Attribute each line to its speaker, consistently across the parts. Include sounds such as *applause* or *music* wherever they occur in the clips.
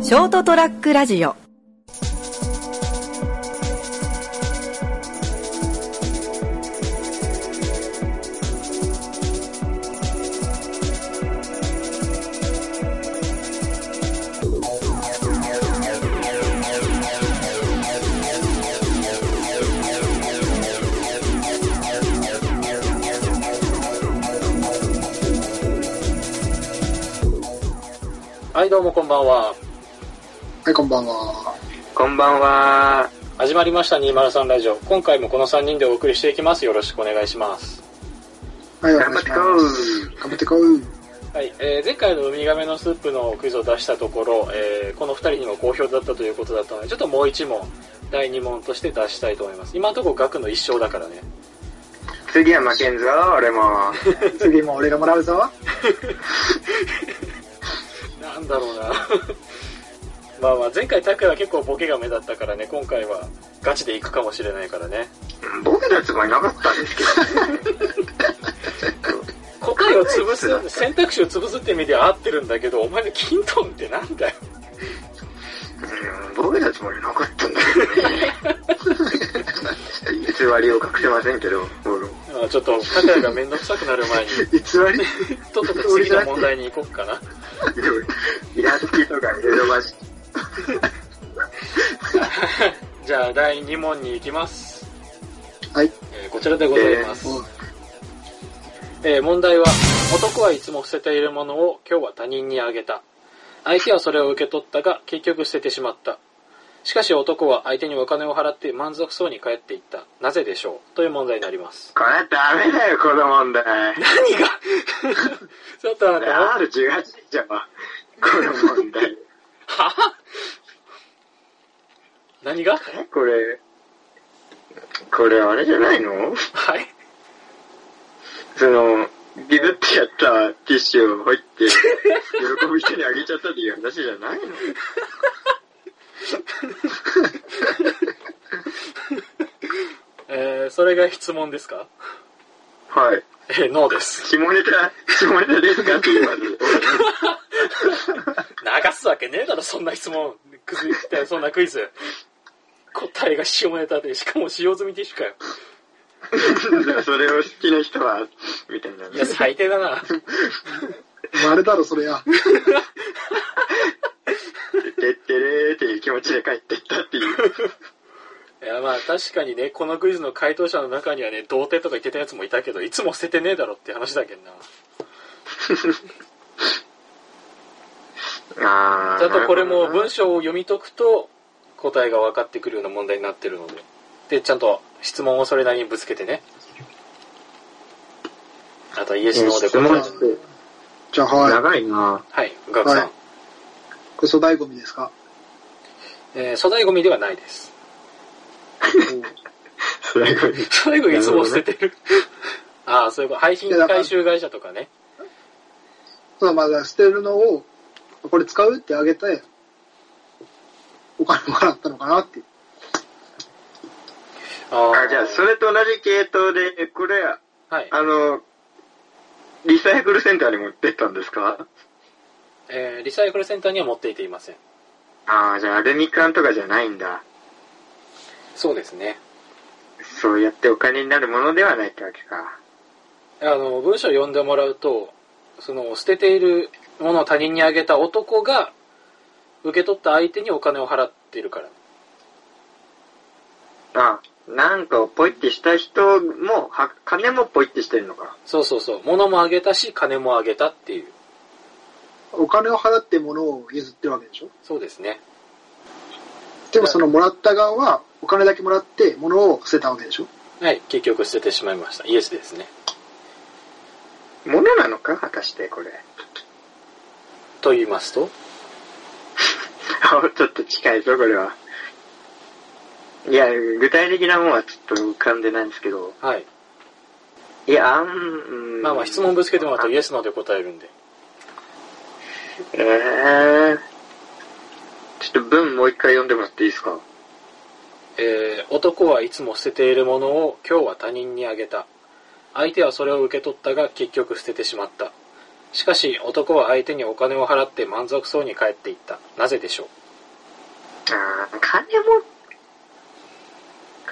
Speaker 1: ショートトラックラジオ
Speaker 2: はい、どうもこんばんは。
Speaker 3: はい、こんばんは。
Speaker 4: こんばんは。
Speaker 2: 始まりました203ラジオ。今回もこの3人でお送りしていきます。よろしくお願いします。
Speaker 3: はい、お
Speaker 4: 頑
Speaker 3: 願い
Speaker 4: 張って
Speaker 3: し
Speaker 4: こ
Speaker 3: ます。頑張ってこう。
Speaker 2: はい、えー前回のウミガメのスープのクイズを出したところ、えーこの2人にも好評だったということだったので、ちょっともう1問、第2問として出したいと思います。今のところ額の一生だからね。
Speaker 4: う。次は負けんぞ、俺も。 *laughs*
Speaker 3: 次も俺がもらうぞ。
Speaker 2: なんだろうな。 *laughs* まあまあ、前回タクヤは結構ボケが目立ったからね、今回はガチで行くかもしれないからね。
Speaker 4: ボケたつもりなかったんですけどね。
Speaker 2: 答えを潰す、 *laughs* 選択肢を潰すって意味では合ってるんだけど、お前のキントンってなんだよ。
Speaker 4: うんボケたつもりなかったんだけどね。 *laughs* 偽りを隠せませんけど、僕も
Speaker 2: あちょっと、タクヤがめんどくさくなる前 *laughs* に、
Speaker 3: 偽り
Speaker 4: *laughs*
Speaker 2: とっとと次の問題に行こうかな。
Speaker 4: でもイラつきとかいろいろまじ。
Speaker 2: *laughs* じゃあ、第2問に行きます。
Speaker 3: はい。
Speaker 2: えーこちらでございます。
Speaker 3: お
Speaker 2: えー問題は、男はいつも捨てているものを今日は他人にあげた。相手はそれを受け取ったが、結局捨ててしまった。しかし男は相手にお金を払って満足そうに帰っていった。なぜでしょうという問題になります。
Speaker 4: これダメだよ、この問題。
Speaker 2: 何が *laughs* ちょっと待って、は
Speaker 4: R18 じゃん、この問題。
Speaker 2: 何が
Speaker 4: えこれ、これあれじゃないの
Speaker 2: はい。
Speaker 4: その、ビブってやったティッシュを入って、喜ぶ人にあげちゃったっていう話じゃないの
Speaker 2: えー、それが質問ですか *laughs*
Speaker 4: はい。
Speaker 2: えー、ノーです。
Speaker 4: 下ネタ、下ネタですかって言われ
Speaker 2: 流
Speaker 4: る。
Speaker 2: すわけねえだろ、そんな質問。クズって、そんなクイズ。答えが下ネタで、しかも使用済みティッシュかよ。
Speaker 4: だからそれを好きな人は、みたいな。
Speaker 2: いや、最低だな。
Speaker 3: 前あれだろ、それや。
Speaker 4: てってれーっていう気持ちで帰っていったっていう。
Speaker 2: *laughs* いや、まあ確かにね、このクイズの回答者の中にはね、童貞とか言ってたやつもいたけど、いつも捨ててねえだろって話だけどな。
Speaker 4: *laughs* あ
Speaker 2: あとこれも文章を読み解くと、答えが分かってくるような問題になってるので。で、ちゃんと質問をそれなりにぶつけてね。あと、イエスノーで
Speaker 4: 質
Speaker 2: 答
Speaker 4: 問
Speaker 2: え
Speaker 4: し。て、
Speaker 3: じゃあ、はい。
Speaker 4: 長いな
Speaker 2: はい、ガクさん。
Speaker 3: はいこれ粗大ゴミですか
Speaker 2: えー粗大ゴミではないです。
Speaker 4: それが
Speaker 2: 最後いつも捨ててる。 *laughs* ああ、そういうこと。配信回収会社とかね。
Speaker 3: ただまだ捨てるのを、これ使うってあげて、お金もらったのかなって。
Speaker 2: あ
Speaker 4: あ、じゃあ、それと同じ系統で、これ、
Speaker 2: はい。
Speaker 4: あの、リサイクルセンターに持ってったんですか
Speaker 2: えーリサイクルセンターには持っていていません。
Speaker 4: ああ、じゃあアルミ缶とかじゃないんだ。
Speaker 2: そうですね。
Speaker 4: そうやってお金になるものではないってわけか。
Speaker 2: あの、文章を読んでもらうと、その、捨てているものを他人にあげた男が、受け取った相手にお金を払っているから。
Speaker 4: あなんかをポイってした人も、は金もポイってしてるのか。
Speaker 2: そうそうそう。物もあげたし、金もあげたっていう。
Speaker 3: お金を払って物を譲ってるわけでしょ
Speaker 2: そうですね。
Speaker 3: でもそのもらった側は、お金だけもらって物を捨てたわけでしょ
Speaker 2: はい。結局捨ててしまいました。イエスですね。
Speaker 4: ものなのか果たしてこれ。 *laughs*
Speaker 2: と言いますと、
Speaker 4: あちょっと近いぞ、これは。いや、具体的なものはちょっと浮かんでないんですけど。
Speaker 2: はい。
Speaker 4: いや、あん、うん
Speaker 2: まあまあ質問ぶつけてもらうとイエスので答えるんで。
Speaker 4: ええちょっと文もう一回読んでもらっていいですか
Speaker 2: えー男はいつも捨てているものを今日は他人にあげた。相手はそれを受け取ったが結局捨ててしまった。しかし男は相手にお金を払って満足そうに帰っていったなぜでしょう
Speaker 4: あー金も、こ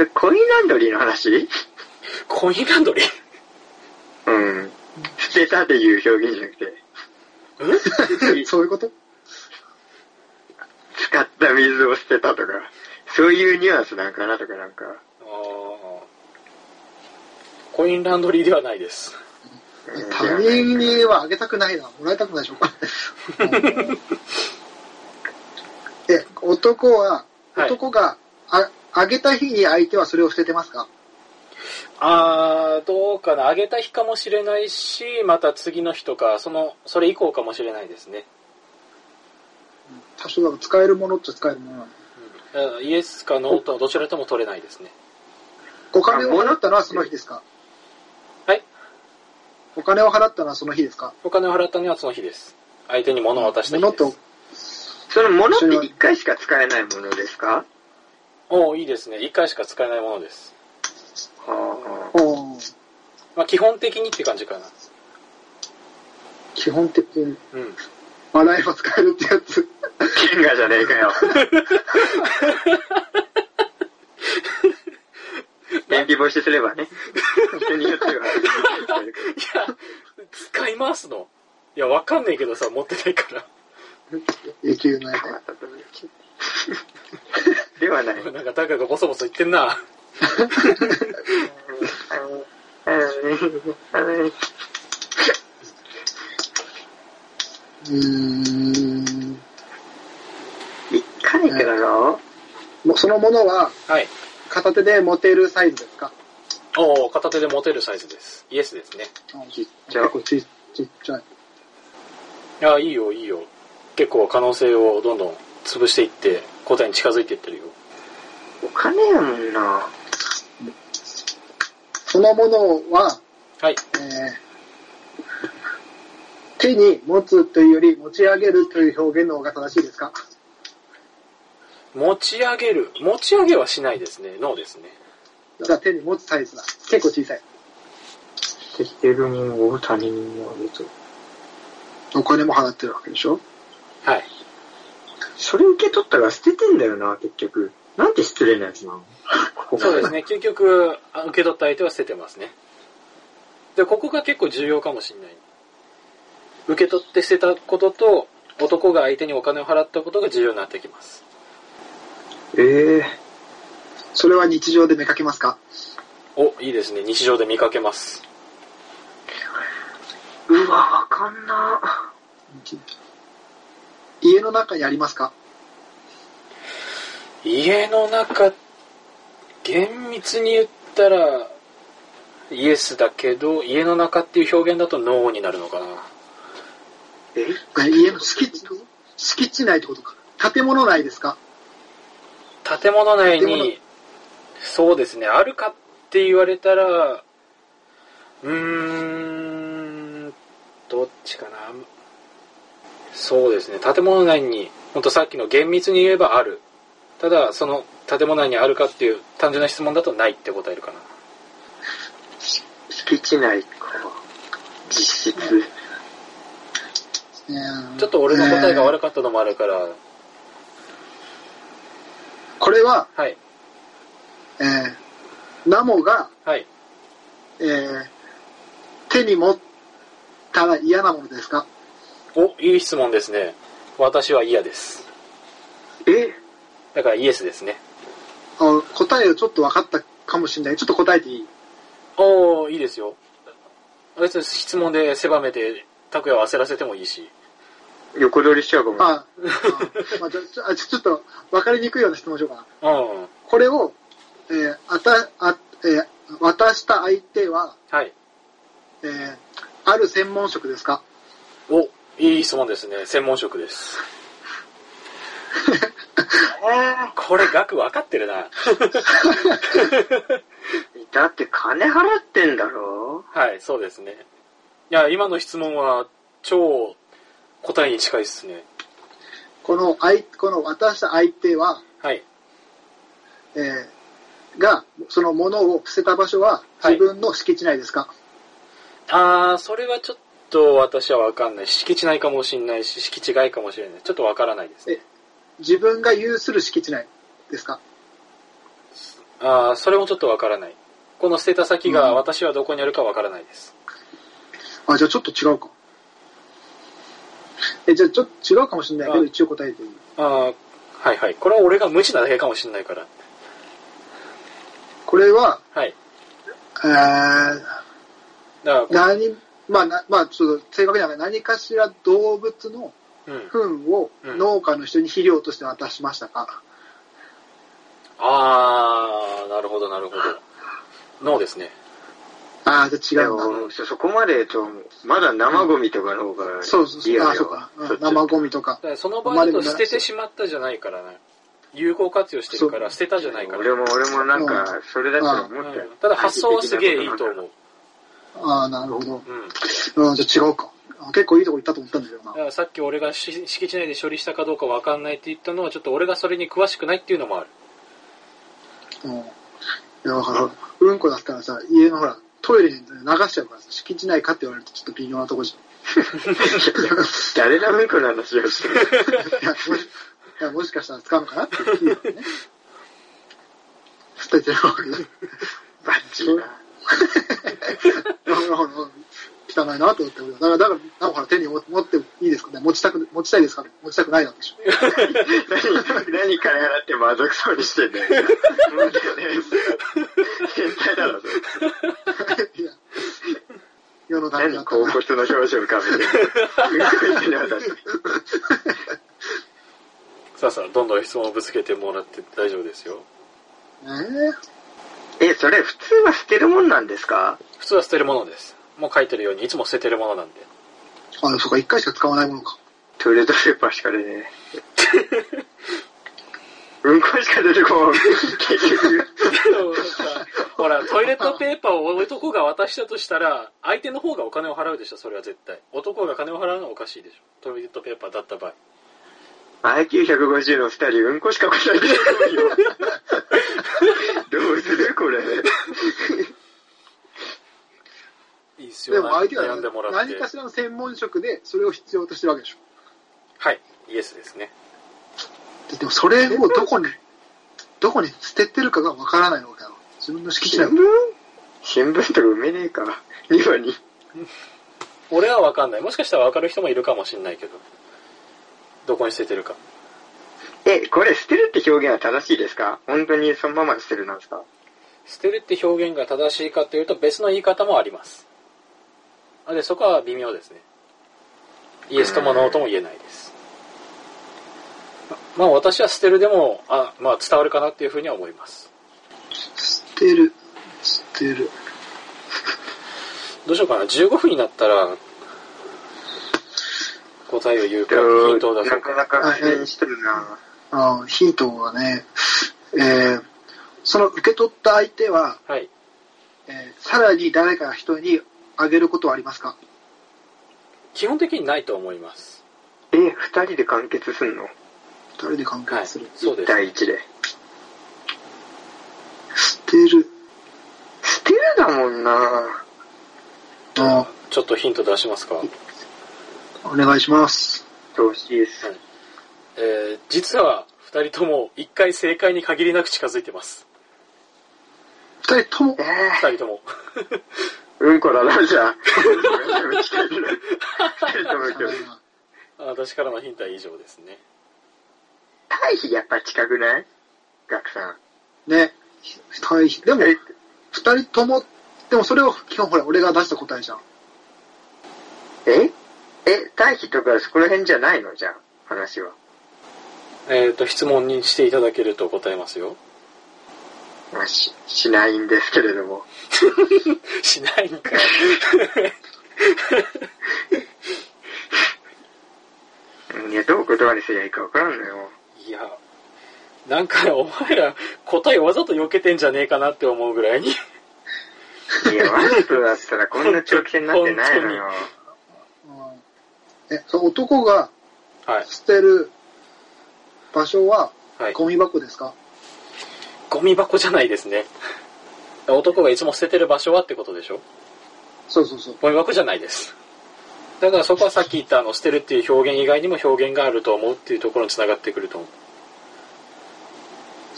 Speaker 4: れコインランドリーの話
Speaker 2: コインランドリー
Speaker 4: うん。捨てたっていう表現じゃなくて、
Speaker 2: うん
Speaker 3: そういうこと
Speaker 4: 使った水を捨てたとか、そういうニュアンスなんかなとかなんか。
Speaker 2: あーコインランドリーではないです
Speaker 4: うん
Speaker 3: 他人にはあげたくないな。もらいたくないでしょうか。 *laughs* で、男は、
Speaker 2: はい
Speaker 3: 男があ、あげた日に相手はそれを捨ててますか
Speaker 2: あーどうかなあげた日かもしれないしまた次の日とかそのそれ以降かもしれないですね、
Speaker 3: 多少だと使えるものっちゃ使えるものなんで
Speaker 2: うんだからイエスかノーとはどちらとも取れないですね
Speaker 3: お金を払ったのはその日ですか
Speaker 2: はい
Speaker 3: お金を払ったのはその日ですか
Speaker 2: お金を払ったのはその日です相手に物を渡した日
Speaker 3: 物
Speaker 2: です
Speaker 3: と、
Speaker 4: そのものって一回しか使えないものですか
Speaker 2: おおいいですね一回しか使えないものです、
Speaker 4: は
Speaker 3: おー
Speaker 2: まあ、基本的にって感じかな
Speaker 3: 基本的に、
Speaker 2: うん
Speaker 3: 洗えば使えるってやつ。 *laughs*
Speaker 4: あ、剣がじゃねえかよ。便秘防止すればね。人によっては。 *laughs*
Speaker 2: いや使い回すのいやわかんないけどさ持ってないから
Speaker 3: 永久のやつ。
Speaker 4: ではない。
Speaker 2: なんか誰かがボソボソ言ってんな
Speaker 3: うーん。
Speaker 4: 一回ってなの
Speaker 3: もうそのものは、
Speaker 2: はい
Speaker 3: 片手で持てるサイズですか
Speaker 2: おお片手で持てるサイズですイエスですね
Speaker 4: ちっちゃ
Speaker 3: 結構ちちっちゃい。
Speaker 2: いやいいよいいよ結構可能性をどんどん潰していって答えに近づいていってるよ
Speaker 4: お金やもんな。
Speaker 3: そのものは、
Speaker 2: はい
Speaker 3: えー手に持つというより持ち上げるという表現の方が正しいですか
Speaker 2: 持ち上げる持ち上げはしないですねノーですね
Speaker 3: じゃあ手に持つサイズだ。結構小さい。
Speaker 4: 適正の人語を他人にあげる。
Speaker 3: お金も払ってるわけでしょ
Speaker 2: はい
Speaker 4: それ受け取ったら捨ててんだよな、結局。なんて失礼なやつなのここ
Speaker 2: そうですね究極あ受け取った相手は捨ててますねでここが結構重要かもしれない受け取って捨てたことと男が相手にお金を払ったことが重要になってきます
Speaker 4: ええ
Speaker 3: それは日常で見かけますか
Speaker 2: おいいですね日常で見かけます
Speaker 4: うわ、わかんな。
Speaker 3: 家の中にありますか
Speaker 2: 家の中厳密に言ったらイエスだけど家の中っていう表現だとノーになるのかな
Speaker 4: え
Speaker 3: え家の敷地、敷地内ってことか。建物内ですか
Speaker 2: 建物内
Speaker 3: 建物
Speaker 2: にそうですねあるかって言われたらうーんどっちかなそうですね建物内にほんとさっきの厳密に言えばあるただその建物内にあるかっていう単純な質問だとないって答えるかな
Speaker 4: 敷地内か。実質。
Speaker 2: ちょっと俺の答えが
Speaker 3: い。
Speaker 2: 悪かったのもあるから、
Speaker 3: これは、
Speaker 2: はい、
Speaker 3: えー、ナモが、
Speaker 2: はい。
Speaker 3: えー、手に持ったら嫌なものですか
Speaker 2: お、いい質問ですね。私は嫌です。
Speaker 4: え
Speaker 2: だからイエスですね。
Speaker 3: あ答えをちょっと分かったかもしれない。ちょっと答えていい
Speaker 2: おー、いいですよ。別に質問で狭めて、拓也を焦らせてもいいし。
Speaker 4: 横取りしちゃうかも。
Speaker 3: あ、あまあ、ちょちょあちょちょっと分かりにくいような質問しようかな。
Speaker 2: うん。
Speaker 3: これを、えーあたあえー渡した相手は、
Speaker 2: はい。
Speaker 3: えーある専門職ですか
Speaker 2: お、いい質問ですね。専門職です。
Speaker 4: え
Speaker 2: これ額分かってるな。
Speaker 4: ーだって金払ってんだろ
Speaker 2: はい、そうですね。いや、今の質問は、超答えに近いですね。
Speaker 3: この相この渡した相手は、
Speaker 2: はい。
Speaker 3: えーが、そのものを捨てた場所は
Speaker 2: はい
Speaker 3: 自分の敷地内ですか、
Speaker 2: あー、それはちょっと、私はわかんない。敷地内かもしんないし、敷地外かもしれない。ちょっとわからないですね。
Speaker 3: 自分が有する敷地内ですか
Speaker 2: ああ、それもちょっとわからない。この捨てた先
Speaker 3: う
Speaker 2: が
Speaker 3: ん
Speaker 2: 私はどこにあるかわからないです。
Speaker 3: あ、じゃあちょっと違うか。え、じゃあちょっと違うかもしれないけど、
Speaker 2: あ
Speaker 3: 一応答えていい
Speaker 2: ああ、はいはい。これは俺が無知なだけかもしんないから。
Speaker 3: これは、
Speaker 2: はい。
Speaker 3: えー、
Speaker 2: だから、
Speaker 3: 何、まあ、なまあ、ちょっと正確には何かしら動物の
Speaker 2: うん。
Speaker 3: 糞を
Speaker 2: うん
Speaker 3: 農家の人に肥料として渡しましたか、
Speaker 2: ああ、なるほどなるほど。ノーですね。
Speaker 3: ああ、じゃあ違
Speaker 4: で
Speaker 3: うんだ。
Speaker 4: も、そそこまでと、まだ生ゴミとかの方がリアルよ、
Speaker 3: そうそうそう。あ、そうか。うん生ゴミとか
Speaker 2: だ。からその場合だと捨ててしまったじゃないからね。有効活用してるから、捨てたじゃないから。
Speaker 4: 俺も、俺もなんか、それだと
Speaker 2: う
Speaker 4: 思ったよ
Speaker 2: ん。ただ発想はすげえいいと思う。
Speaker 3: ああ、なるほど。
Speaker 2: うん。
Speaker 3: うん、じゃあ違うか。あ結構いいとこ行ったと思ったんだけどな
Speaker 2: だか。らさっき俺がし敷地内で処理したかどうかわかんないって言ったのは、ちょっと俺がそれに詳しくないっていうのもある。
Speaker 3: うん。いや、だから、うんこだったらさ、家のほら、トイレに流しちゃうからさ、敷地内かって言われるとちょっと微妙なとこじゃん。
Speaker 4: 誰のうんこの話をしてる *laughs*
Speaker 3: いやもしいやもしかしたら使うのかなっていうよね。捨ててるわけだ。
Speaker 4: バッチリな。
Speaker 3: なるほど汚いなと思って俺はだから、だから、なんかほら手に持っていいですかね持ちたく、持ちたいですかね持ちたくないなんでしょ。
Speaker 4: 何、何金払って満足そうにしてんだよ。本当ね。変態だろ、それ
Speaker 3: いや、世のためだ
Speaker 4: 何、
Speaker 3: った
Speaker 4: 甲
Speaker 3: ら
Speaker 4: 骨の表情浮かべてる。うんこ言ってね、私。
Speaker 2: さあさあ、どんどん質問をぶつけてもらって大丈夫ですよ。
Speaker 3: ね
Speaker 4: え、それ普通は捨てるもんなんですか
Speaker 2: 普通は捨てるものです。もう書いてるように、いつも捨ててるものなんで。
Speaker 3: え。あ、そうか、一回しか使わないものか。
Speaker 4: トイレットペーパーしか出ねえ。うんこしか出てこん。結 *laughs* 局。
Speaker 2: *laughs* ほら、トイレットペーパーを男が渡したとしたら、相手の方がお金を払うでしょ、それは絶対。男が金を払うのはおかしいでしょ。トイレットペーパーだった場合。
Speaker 4: IQ150 の二人、うんこしか来ないけど。どうするこれ。
Speaker 2: いいっすよ。
Speaker 3: でも相手
Speaker 2: 悩んでも
Speaker 3: は
Speaker 2: らって
Speaker 3: 何。かしらの専門職でそれを必要としてるわけでしょ。
Speaker 2: はい。イエスですね。
Speaker 3: でもそれをどこに、どこに捨ててるかがわからないのかよ。自分の敷地
Speaker 4: 新
Speaker 3: 内
Speaker 4: 聞新聞とか埋めねえか。庭に。
Speaker 2: 俺はわかんない。もしかしたらわかる人もいるかもしんないけど。どこに捨ててるか。
Speaker 4: え、これ捨てるって表現は正しいですか本当にそのまま捨てるなんですか
Speaker 2: 捨てるって表現が正しいかというと別の言い方もありますあでそこは微妙ですねイエスともノーとも言えないですままあ私は捨てるでもあ、まあ、伝わるかなっていうふうには思います
Speaker 3: 捨てる、捨てる。
Speaker 2: どうしようかな15分になったら答えを言うかヒントを出そ
Speaker 4: な
Speaker 2: う
Speaker 4: か
Speaker 2: か
Speaker 4: なか苦戦してるな。
Speaker 3: あのヒントはね、えーその受け取った相手は、
Speaker 2: はい
Speaker 3: えーさらに誰か人にあげることはありますか
Speaker 2: 基本的にないと思います
Speaker 4: え、二人で完結すんの
Speaker 3: 誰で関
Speaker 2: は
Speaker 3: 係
Speaker 2: い
Speaker 3: する、
Speaker 2: そうです
Speaker 4: 第一で。
Speaker 3: 捨てる。
Speaker 4: 捨てるだもんな。
Speaker 3: あ
Speaker 2: ちょっとヒント出しますか、
Speaker 3: お願いします。
Speaker 4: どうしいっす。
Speaker 2: えー実は2人とも1回正解に限りなく近づいてます
Speaker 3: 二人とも
Speaker 4: え、
Speaker 2: 2人とも
Speaker 4: うんこだな、
Speaker 2: *laughs*
Speaker 4: じゃあ。二人とも今日
Speaker 2: 私からのヒントは以上ですね。
Speaker 4: 対比やっぱ近くない学さん。
Speaker 3: ね、ひ対比。でも、
Speaker 4: え
Speaker 3: 二人とも、でもそれを基本ほら、俺が出した答えじゃん。
Speaker 4: ええ、対比とかそこら辺じゃないのじゃあ、話は。
Speaker 2: えっ、と、質問にしていただけると答えますよ。 *laughs*
Speaker 4: まあ、し、しないんですけれども。
Speaker 2: しないんかい。 *laughs*
Speaker 4: うんいや、どう言葉にすりゃいいかわからんのよ。
Speaker 2: いや、なんかお前ら答えわざと避けてんじゃねえかなって思うぐらいに。 *laughs*
Speaker 4: い *laughs* や、ワンプだったらこんな長期戦になってないのよ。
Speaker 3: うん、え、その男が
Speaker 2: はい。
Speaker 3: 捨てる場所は
Speaker 2: はい。
Speaker 3: ゴミ箱ですか、
Speaker 2: ゴミ箱じゃないですね。男がいつも捨ててる場所はってことでしょ
Speaker 3: そうそうそう。
Speaker 2: ゴミ箱じゃないです。だからそこはさっき言ったあの捨てるっていう表現以外にも表現があると思うっていうところにつながってくると思う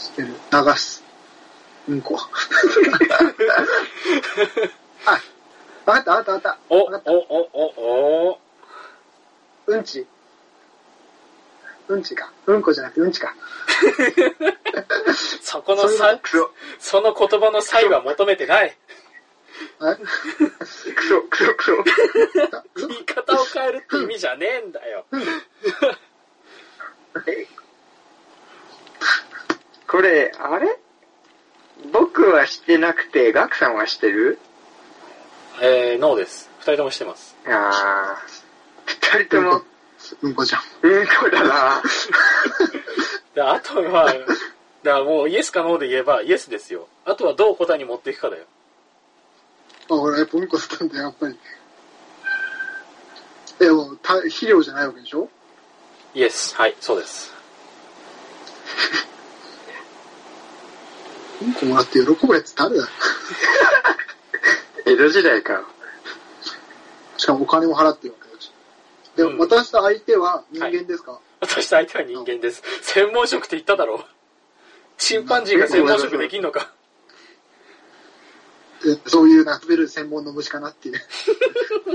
Speaker 3: 捨てる。流す。うんこ。あ、わかったわかったわかった。
Speaker 2: お
Speaker 3: わかった。
Speaker 2: おおおお
Speaker 3: うんち。うんちか。うんこじゃなくてうんちか。
Speaker 2: そこのさ
Speaker 4: クソ、
Speaker 2: その言葉の際は求めてない
Speaker 3: あ
Speaker 4: クソ、クソ、クソ。
Speaker 2: 言い方を変えるって意味じゃねえんだよ
Speaker 4: えこれ、あれ僕はしてなくて、ガクさんはしてる
Speaker 2: えー、ノーです二人ともしてます
Speaker 4: ああ。二人とも、
Speaker 3: うんこじゃん。
Speaker 4: うんこだ *laughs* な。
Speaker 2: であとは *laughs* だからもうイエスかノーで言えばイエスですよあとはどう答えに持っていくかだよ
Speaker 3: あ、俺やっぱうんこ捨てたんだよ、やっぱり。え、もう、た肥料じゃないわけでしょ
Speaker 2: イエスはいそうです
Speaker 3: うんこもらって喜ぶやつ誰だよ
Speaker 4: 江戸時代か。
Speaker 3: しかもお金も払ってるわけだし。で、
Speaker 2: うん
Speaker 3: 渡した相手は人間ですか、
Speaker 2: 私と相手は人間です専門職って言っただろうチンパンジーが専門職できんのか
Speaker 3: えそういうナスベル専門の虫かなっていう。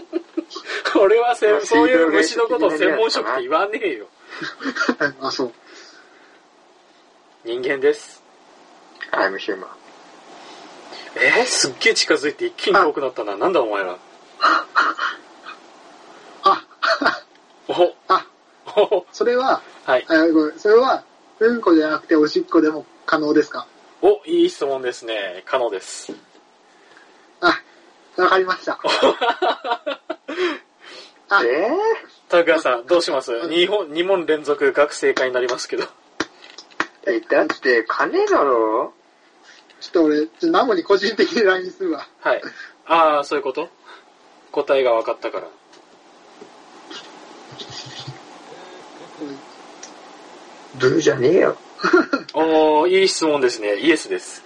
Speaker 3: *laughs*
Speaker 2: 俺はせんそういう虫のことを専門職って言わねえよ
Speaker 3: あ、そう。
Speaker 2: 人間です
Speaker 4: アイムヒューマン。
Speaker 2: えー、すっげえ近づいて一気に遠くなったななんだお前ら
Speaker 3: あ、
Speaker 2: お
Speaker 3: あ、
Speaker 2: お
Speaker 3: それは、
Speaker 2: はい
Speaker 3: あごめんそれは、うんこじゃなくておしっこでも可能ですか
Speaker 2: おいい質問ですね可能です
Speaker 3: あ、わかりました。あ、
Speaker 4: えー、
Speaker 2: 拓也さんどうします2本二問連続学生会になりますけど
Speaker 4: え、だって、金だろ
Speaker 3: ちょっと俺、ちょっとナモに個人的に LINE するわ。
Speaker 2: はいああそういうこと答えが分かったから
Speaker 4: ブーじゃねえよ。
Speaker 2: おおいい質問ですねイエスです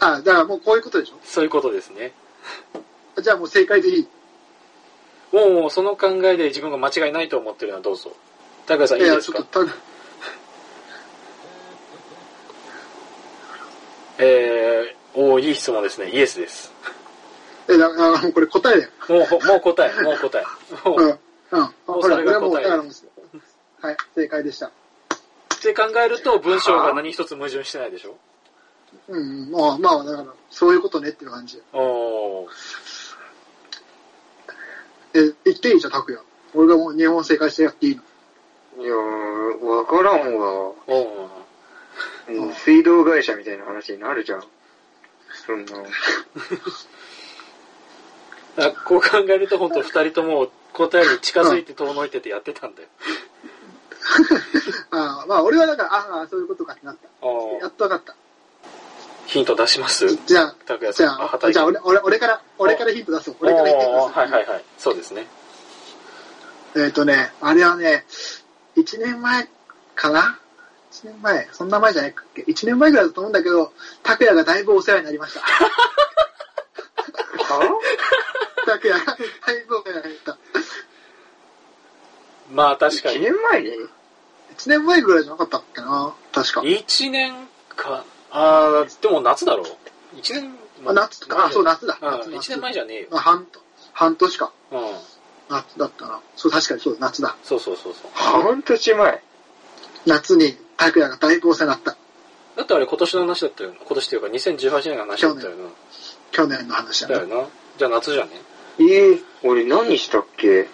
Speaker 3: あ、だからもうこういうことでしょ
Speaker 2: そういうことですね
Speaker 3: じゃあもう正解でいい。
Speaker 2: もうその考えで自分が間違いないと思ってるのはどうぞ拓也さんいい
Speaker 3: や、
Speaker 2: で
Speaker 3: ち
Speaker 2: す
Speaker 3: ょっ
Speaker 2: か
Speaker 3: とた、
Speaker 2: えー、おーいい質問ですねイエスです
Speaker 3: え、だからもうこれ答えだよ。
Speaker 2: もうほもう答えもう答えも
Speaker 3: うん。
Speaker 2: う
Speaker 3: うん。ほら、
Speaker 2: それ
Speaker 3: これ
Speaker 2: が
Speaker 3: はもう、
Speaker 2: 答え
Speaker 3: だからもう、はい、正解でした。
Speaker 2: って考えると文章が何一つ矛盾してないでしょ
Speaker 3: うん、うん、まあ、まあ、だから、そういうことねっていう感じ。
Speaker 2: おー
Speaker 3: え、言っていいじゃん、拓也。俺がもう日本正解してやっていいの。
Speaker 4: いやー、わからんわ。
Speaker 2: おー
Speaker 4: も
Speaker 3: うん
Speaker 4: う水道会社みたいな話になるじゃん。そんな。
Speaker 2: だからこう考えると本当二人とも答えに近づいて遠のいててやってたんだよ。
Speaker 3: ああ、まあ、俺はだから、ああ、そういうことかってなった。
Speaker 2: あ
Speaker 3: や
Speaker 2: ー
Speaker 3: っとわかった。
Speaker 2: ヒント出します
Speaker 3: じゃあ、
Speaker 2: 拓也
Speaker 3: じ
Speaker 2: さ
Speaker 3: ゃ
Speaker 2: ん。
Speaker 3: あ、
Speaker 2: 畑
Speaker 3: じゃあ俺、俺、俺から、俺からヒント出そう。俺からヒント出
Speaker 2: お
Speaker 3: そう。
Speaker 2: ーはいはいはい。そうですね。
Speaker 3: えっ、とね、あれはね、1年前かな ?1 年前そんな前じゃないっけ ?1 年前ぐらいだと思うんだけど、拓也がだいぶお世話になりました。 *laughs*
Speaker 4: は
Speaker 3: 拓也がだいぶお世話になりました。
Speaker 2: まあ確か
Speaker 4: ?1
Speaker 2: に。
Speaker 4: 年前に
Speaker 3: 1年前ぐらいじゃなかったっけな確か。
Speaker 2: 一年か、あーでも夏だろう。一年、
Speaker 3: あ夏とか、あ、そう、夏だ。
Speaker 2: うん
Speaker 3: 夏夏
Speaker 2: 一年前じゃねえよ。
Speaker 3: あ半半年か。
Speaker 2: うん。
Speaker 3: 夏だったな。そう、確かにそう、夏だ。
Speaker 2: そうそうそうそう。
Speaker 4: 半年前
Speaker 3: 夏に拓也がだいぶお世話になった。
Speaker 2: だってあれ今年の話だったよな。今年というか2018年の話だったよな。
Speaker 3: 去年の話
Speaker 2: だ
Speaker 3: だ
Speaker 2: よ
Speaker 3: ね。
Speaker 2: な。じゃあ夏じゃね。
Speaker 4: えー、俺何したっけ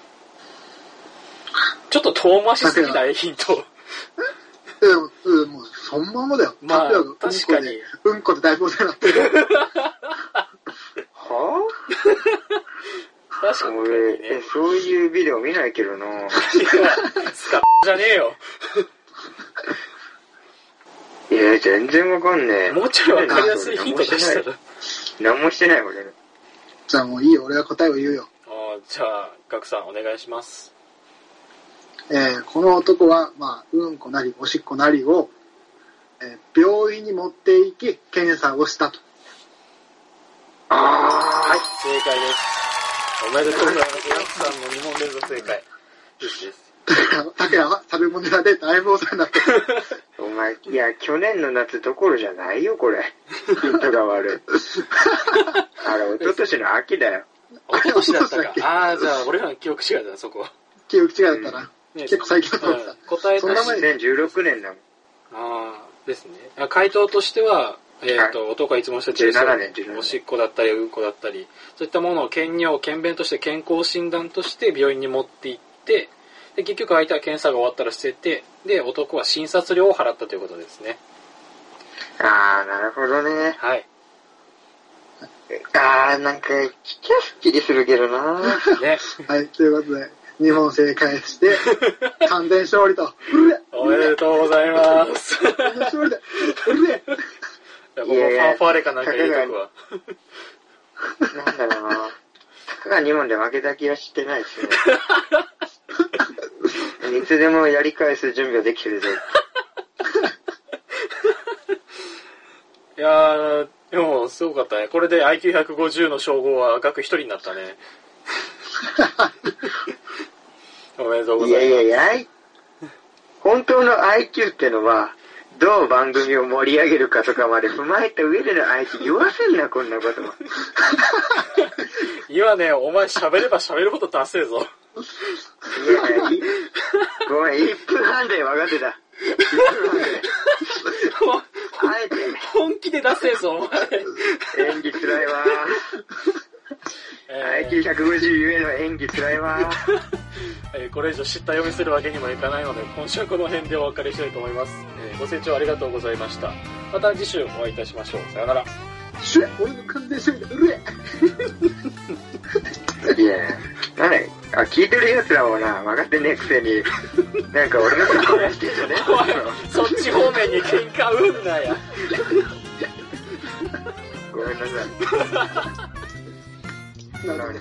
Speaker 2: ちょっと遠回しすぎないヒント。
Speaker 3: でも、うん、もう、そのままだよ。
Speaker 2: まあ
Speaker 3: 拓也が
Speaker 2: 確かに
Speaker 3: うんこで、うんこでだいぶお世話になってる。
Speaker 4: は
Speaker 2: 確かに
Speaker 4: 俺、
Speaker 2: ね
Speaker 4: え、。そういうビデオ見ないけ
Speaker 2: *laughs*
Speaker 4: どな。
Speaker 2: いやスカッじゃねえよ。
Speaker 4: いや、全然わかんねえ。
Speaker 2: もうちょいわかりやすいヒント出したら。あ
Speaker 4: 何もしてない、俺。
Speaker 3: じゃあもういいよ、俺が答えを言うよ。
Speaker 2: ーじゃあ、ガクさんお願いします。
Speaker 3: えーこの男は、まあ、うんこなりおしっこなりを、えー病院に持って行き *laughs* 検査をしたと
Speaker 4: あ
Speaker 2: はい、正解です。おめでとうございます。ヤクさんの2問連続正解。よしです。
Speaker 3: タケヤは食べ物屋でだいぶお世話になって *laughs* る。
Speaker 4: お前、いや、去年の夏どころじゃないよ、これ。ヒントが悪
Speaker 2: *laughs*
Speaker 4: い。あれ、一昨年の秋だよ。
Speaker 2: おととしだった
Speaker 3: おととしだっけ
Speaker 2: か。ああ、じゃあ俺らの記憶違いだな、そこは。
Speaker 3: 記憶違いだったな。
Speaker 2: ね
Speaker 3: 結構最近だと思って
Speaker 2: う
Speaker 3: た
Speaker 2: ん。答え
Speaker 3: そんな
Speaker 2: とし
Speaker 3: 前に
Speaker 4: 2016年だもん。
Speaker 2: ああ、ですね。あ回答としては、えっ、と、男はいつもして小さ
Speaker 4: 17年17年
Speaker 2: おしっこだったり、うんこだったり、そういったものを検尿、検便として健康診断として病院に持って行って、で、結局相手は検査が終わったら捨てて、で、男は診察料を払ったということですね。
Speaker 4: あー、なるほどね。
Speaker 2: はい。
Speaker 4: あー、なんか、聞きゃすっきりするけどな。
Speaker 2: ね。
Speaker 3: はい、ということで、日本正解して、
Speaker 2: *laughs*
Speaker 3: 完全勝利と。うれ
Speaker 2: おめでとうございます。い
Speaker 3: 完全勝利だ。うれ
Speaker 2: や僕もファンファーレかなんか入れとく *laughs* わ。
Speaker 4: なんだろうな。たかが2問で負けた気はしてないですね。いつでもやり返す準備はできてるぞ。
Speaker 2: いやー、でも、すごかったね。これで IQ150 の称号は額一人になった *laughs* ね。おめでとうござい
Speaker 4: い
Speaker 2: ま
Speaker 4: や
Speaker 2: す。
Speaker 4: いやいや、あい本当の IQ ってのは、どう番組を盛り上げるかとかまで踏まえた上での IQ 言わせんな、こんなことも。
Speaker 2: 今ね、お前喋れば喋るほどダセえぞ。
Speaker 4: いやいや、ごめん、1分半で分かってた。1分半で。あえ
Speaker 2: *laughs* 本気でダセえぞ、お前。
Speaker 4: て、演技つらいわ。
Speaker 2: *laughs* えー
Speaker 4: IQ150 ゆえの演技つらいわ。
Speaker 2: えーこれ以上知った読みするわけにもいかないので、今週はこの辺でお別れしたいと思います。えーご清聴ありがとうございました。また次週お会いいたしましょう。さ *laughs* よなら。
Speaker 3: シュレ俺の完全勝利だ。うれ
Speaker 4: いや、なんだよあ、聞いてる奴らもな、分かってねえくせに、なんか俺のこと話してんじゃねえ
Speaker 2: おい、 *laughs* そっち方面に喧嘩売んなや。
Speaker 4: ごめんなさい。
Speaker 3: なるほど
Speaker 4: 流れま